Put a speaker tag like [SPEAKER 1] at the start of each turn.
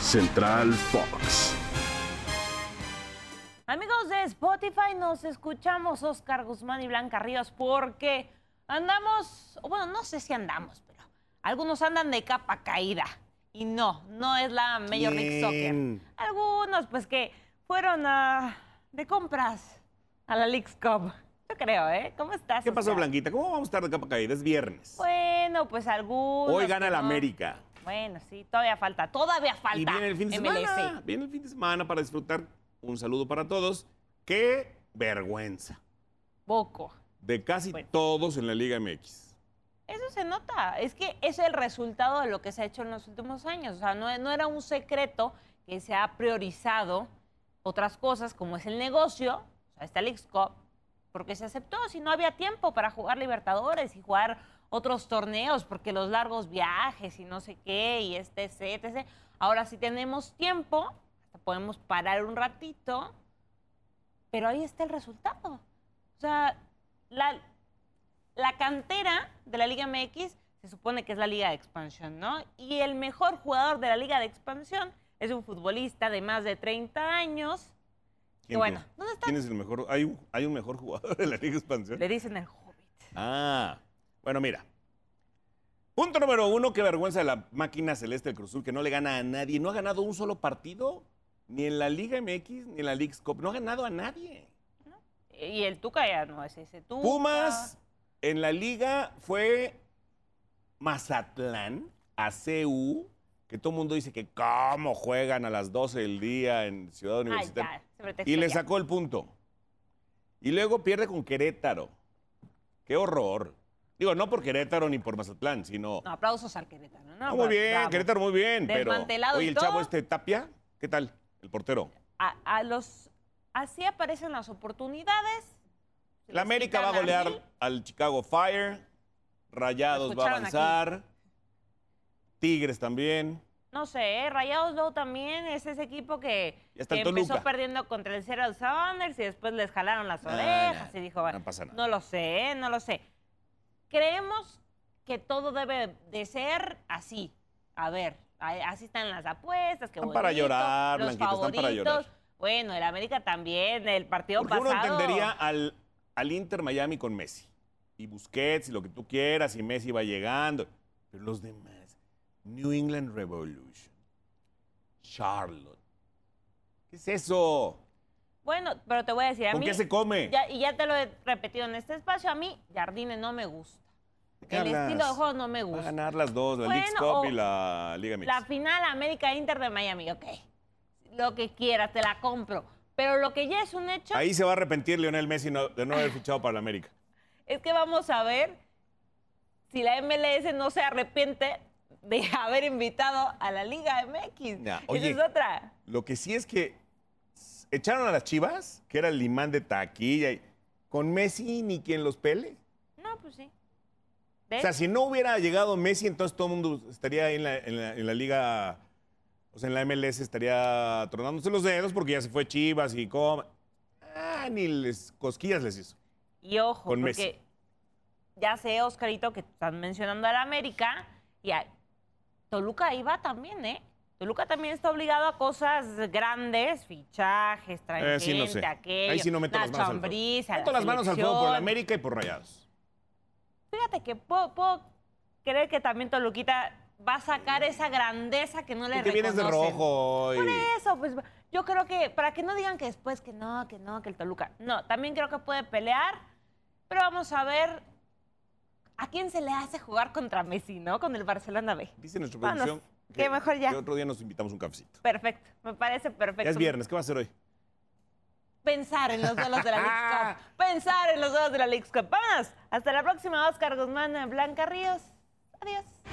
[SPEAKER 1] Central Fox.
[SPEAKER 2] Amigos de Spotify, nos escuchamos Oscar Guzmán y Blanca Ríos porque andamos, o bueno, no sé si andamos, pero algunos andan de capa caída. Y no, no es la Major League Soccer.
[SPEAKER 3] ¿Quién?
[SPEAKER 2] Algunos, pues, que fueron a, de compras a la League Cup. Yo creo, ¿eh? ¿Cómo estás?
[SPEAKER 3] ¿Qué pasó,
[SPEAKER 2] Oscar?
[SPEAKER 3] Blanquita? ¿Cómo vamos a estar de capa caída? Es viernes.
[SPEAKER 2] Bueno, pues algunos.
[SPEAKER 3] Hoy
[SPEAKER 2] que
[SPEAKER 3] gana el
[SPEAKER 2] no.
[SPEAKER 3] América.
[SPEAKER 2] Bueno, sí, todavía falta, todavía falta.
[SPEAKER 3] Y viene el fin de
[SPEAKER 2] MLC.
[SPEAKER 3] semana. Viene el fin de semana para disfrutar. Un saludo para todos. Qué vergüenza
[SPEAKER 2] Poco.
[SPEAKER 3] de casi
[SPEAKER 2] Bueno.
[SPEAKER 3] todos en la Liga MX.
[SPEAKER 2] Eso se nota. Es que es el resultado de lo que se ha hecho en los últimos años. O sea, no, no era un secreto que se ha priorizado otras cosas como es el negocio, o sea, está el Cup, porque se aceptó si no había tiempo para jugar Libertadores y jugar otros torneos, porque los largos viajes y no sé qué, y este, etc, etc. Ahora sí tenemos tiempo, hasta podemos parar un ratito, pero ahí está el resultado. O sea, la, la cantera de la Liga MX se supone que es la Liga de Expansión, ¿no? Y el mejor jugador de la Liga de Expansión es un futbolista de más de 30 años.
[SPEAKER 3] ¿Quién,
[SPEAKER 2] bueno,
[SPEAKER 3] fue?
[SPEAKER 2] ¿dónde está?
[SPEAKER 3] ¿Quién es el mejor? ¿Hay un, hay un mejor jugador de la Liga Expansión?
[SPEAKER 2] Le dicen el Hobbit.
[SPEAKER 3] Ah, bueno, mira. Punto número uno, qué vergüenza de la máquina celeste del Cruzul que no le gana a nadie. No ha ganado un solo partido, ni en la Liga MX, ni en la League's Cup. No ha ganado a nadie.
[SPEAKER 2] Y el Tuca ya no es ese Tuca.
[SPEAKER 3] Pumas en la liga fue Mazatlán, a CU, que todo el mundo dice que cómo juegan a las 12 del día en Ciudad
[SPEAKER 2] Ah,
[SPEAKER 3] Universitaria.
[SPEAKER 2] ya, se pretextó
[SPEAKER 3] Y le
[SPEAKER 2] ya.
[SPEAKER 3] sacó el punto. Y luego pierde con Querétaro. ¡Qué horror! Digo, no por Querétaro ni por Mazatlán, sino...
[SPEAKER 2] No, aplausos al Querétaro, ¿no?
[SPEAKER 3] No, Ah, muy bien,
[SPEAKER 2] Bravo.
[SPEAKER 3] Querétaro muy bien, pero...
[SPEAKER 2] Desmantelado y
[SPEAKER 3] Oye, el chavo
[SPEAKER 2] todo.
[SPEAKER 3] este Tapia, ¿qué tal? El portero.
[SPEAKER 2] A, a los, así aparecen las oportunidades.
[SPEAKER 3] La América va a golear al Chicago Fire. Rayados va a
[SPEAKER 2] escucharon aquí.
[SPEAKER 3] avanzar. Tigres también.
[SPEAKER 2] No sé, ¿eh? Rayados luego también es ese equipo que,
[SPEAKER 3] Ya está
[SPEAKER 2] que
[SPEAKER 3] el
[SPEAKER 2] empezó
[SPEAKER 3] Toluca.
[SPEAKER 2] perdiendo contra el Seattle Sounders y después les jalaron las
[SPEAKER 3] No,
[SPEAKER 2] orejas
[SPEAKER 3] no,
[SPEAKER 2] y dijo,
[SPEAKER 3] Ah, no pasa nada.
[SPEAKER 2] no lo sé, ¿eh? no lo sé. Creemos que todo debe de ser así. A ver, a- así están las apuestas, que
[SPEAKER 3] Están para llorar,
[SPEAKER 2] los
[SPEAKER 3] Blanquita, están para llorar.
[SPEAKER 2] favoritos. Bueno, el América también, el partido
[SPEAKER 3] Porque uno
[SPEAKER 2] pasado.
[SPEAKER 3] entendería al, al Inter Miami con Messi. Y Busquets y lo que tú quieras. Y Messi va llegando. Pero los demás. New England Revolution. Charlotte. ¿Qué es eso?
[SPEAKER 2] Bueno, pero te voy a decir, a
[SPEAKER 3] ¿Con
[SPEAKER 2] mí...
[SPEAKER 3] qué se come?
[SPEAKER 2] Ya- y ya te lo he repetido en este espacio, a mí Jardine no me gusta.
[SPEAKER 3] ¿De qué
[SPEAKER 2] El
[SPEAKER 3] hablas? Ah,
[SPEAKER 2] estilo de juego no me
[SPEAKER 3] Va a
[SPEAKER 2] gusta.
[SPEAKER 3] ganar las dos, la
[SPEAKER 2] Bueno,
[SPEAKER 3] League's Cup
[SPEAKER 2] o-
[SPEAKER 3] y la Liga Mix.
[SPEAKER 2] La final América Inter de Miami, ok. Lo que quieras, te la compro. Pero lo que ya es un hecho
[SPEAKER 3] Ahí se va a arrepentir Lionel Messi no- de no haber fichado para la América.
[SPEAKER 2] es que vamos a ver si la MLS no se arrepiente de haber invitado a la Liga MX.
[SPEAKER 3] Ya,
[SPEAKER 2] Esa
[SPEAKER 3] oye.
[SPEAKER 2] es otra.
[SPEAKER 3] Lo que sí es que s- echaron a las Chivas, que era el imán de taquilla, y con Messi ni quien los pele.
[SPEAKER 2] No, pues sí.
[SPEAKER 3] O
[SPEAKER 2] De-
[SPEAKER 3] sea, si no hubiera llegado Messi, entonces todo el mundo estaría ahí en la, en la- en la liga, o sea, en la MLS estaría tronándose los dedos porque ya se fue Chivas y coma. Ah, ni les cosquillas les hizo.
[SPEAKER 2] Y ojo,
[SPEAKER 3] Con
[SPEAKER 2] porque
[SPEAKER 3] Messi.
[SPEAKER 2] ya sé, Oscarito, que están mencionando al América y a Toluca ahí va también, ¿eh? Toluca también está obligado a cosas grandes, fichajes, traer
[SPEAKER 3] Eh, sí, no
[SPEAKER 2] gente,
[SPEAKER 3] sé.
[SPEAKER 2] aquello.
[SPEAKER 3] Ahí sí no meto las
[SPEAKER 2] Nacho
[SPEAKER 3] manos al fuego.
[SPEAKER 2] Ambriz, a la
[SPEAKER 3] Meto las manos al fuego por la
[SPEAKER 2] selección.
[SPEAKER 3] América y por Rayados.
[SPEAKER 2] Fíjate que puedo, puedo creer que también Toluquita va a sacar esa grandeza que no le
[SPEAKER 3] Tú te vienes de
[SPEAKER 2] reconocen.
[SPEAKER 3] rojo y...
[SPEAKER 2] Por eso, pues yo creo que, para que no digan que después que no, que no, que el Toluca. No, también creo que puede pelear, pero vamos a ver a quién se le hace jugar contra Messi, ¿no? Con el Barcelona B.
[SPEAKER 3] Dice nuestra
[SPEAKER 2] Vámonos,
[SPEAKER 3] producción
[SPEAKER 2] que mejor ya.
[SPEAKER 3] que otro día nos invitamos un cafecito.
[SPEAKER 2] Perfecto, me parece perfecto.
[SPEAKER 3] Ya es viernes, ¿qué va a hacer hoy?
[SPEAKER 2] Pensar en los duelos de la League Cup. Pensar en los duelos de la League Cup. Vámonos, hasta la próxima, Oscar Guzmán, Blanca Ríos. Adiós.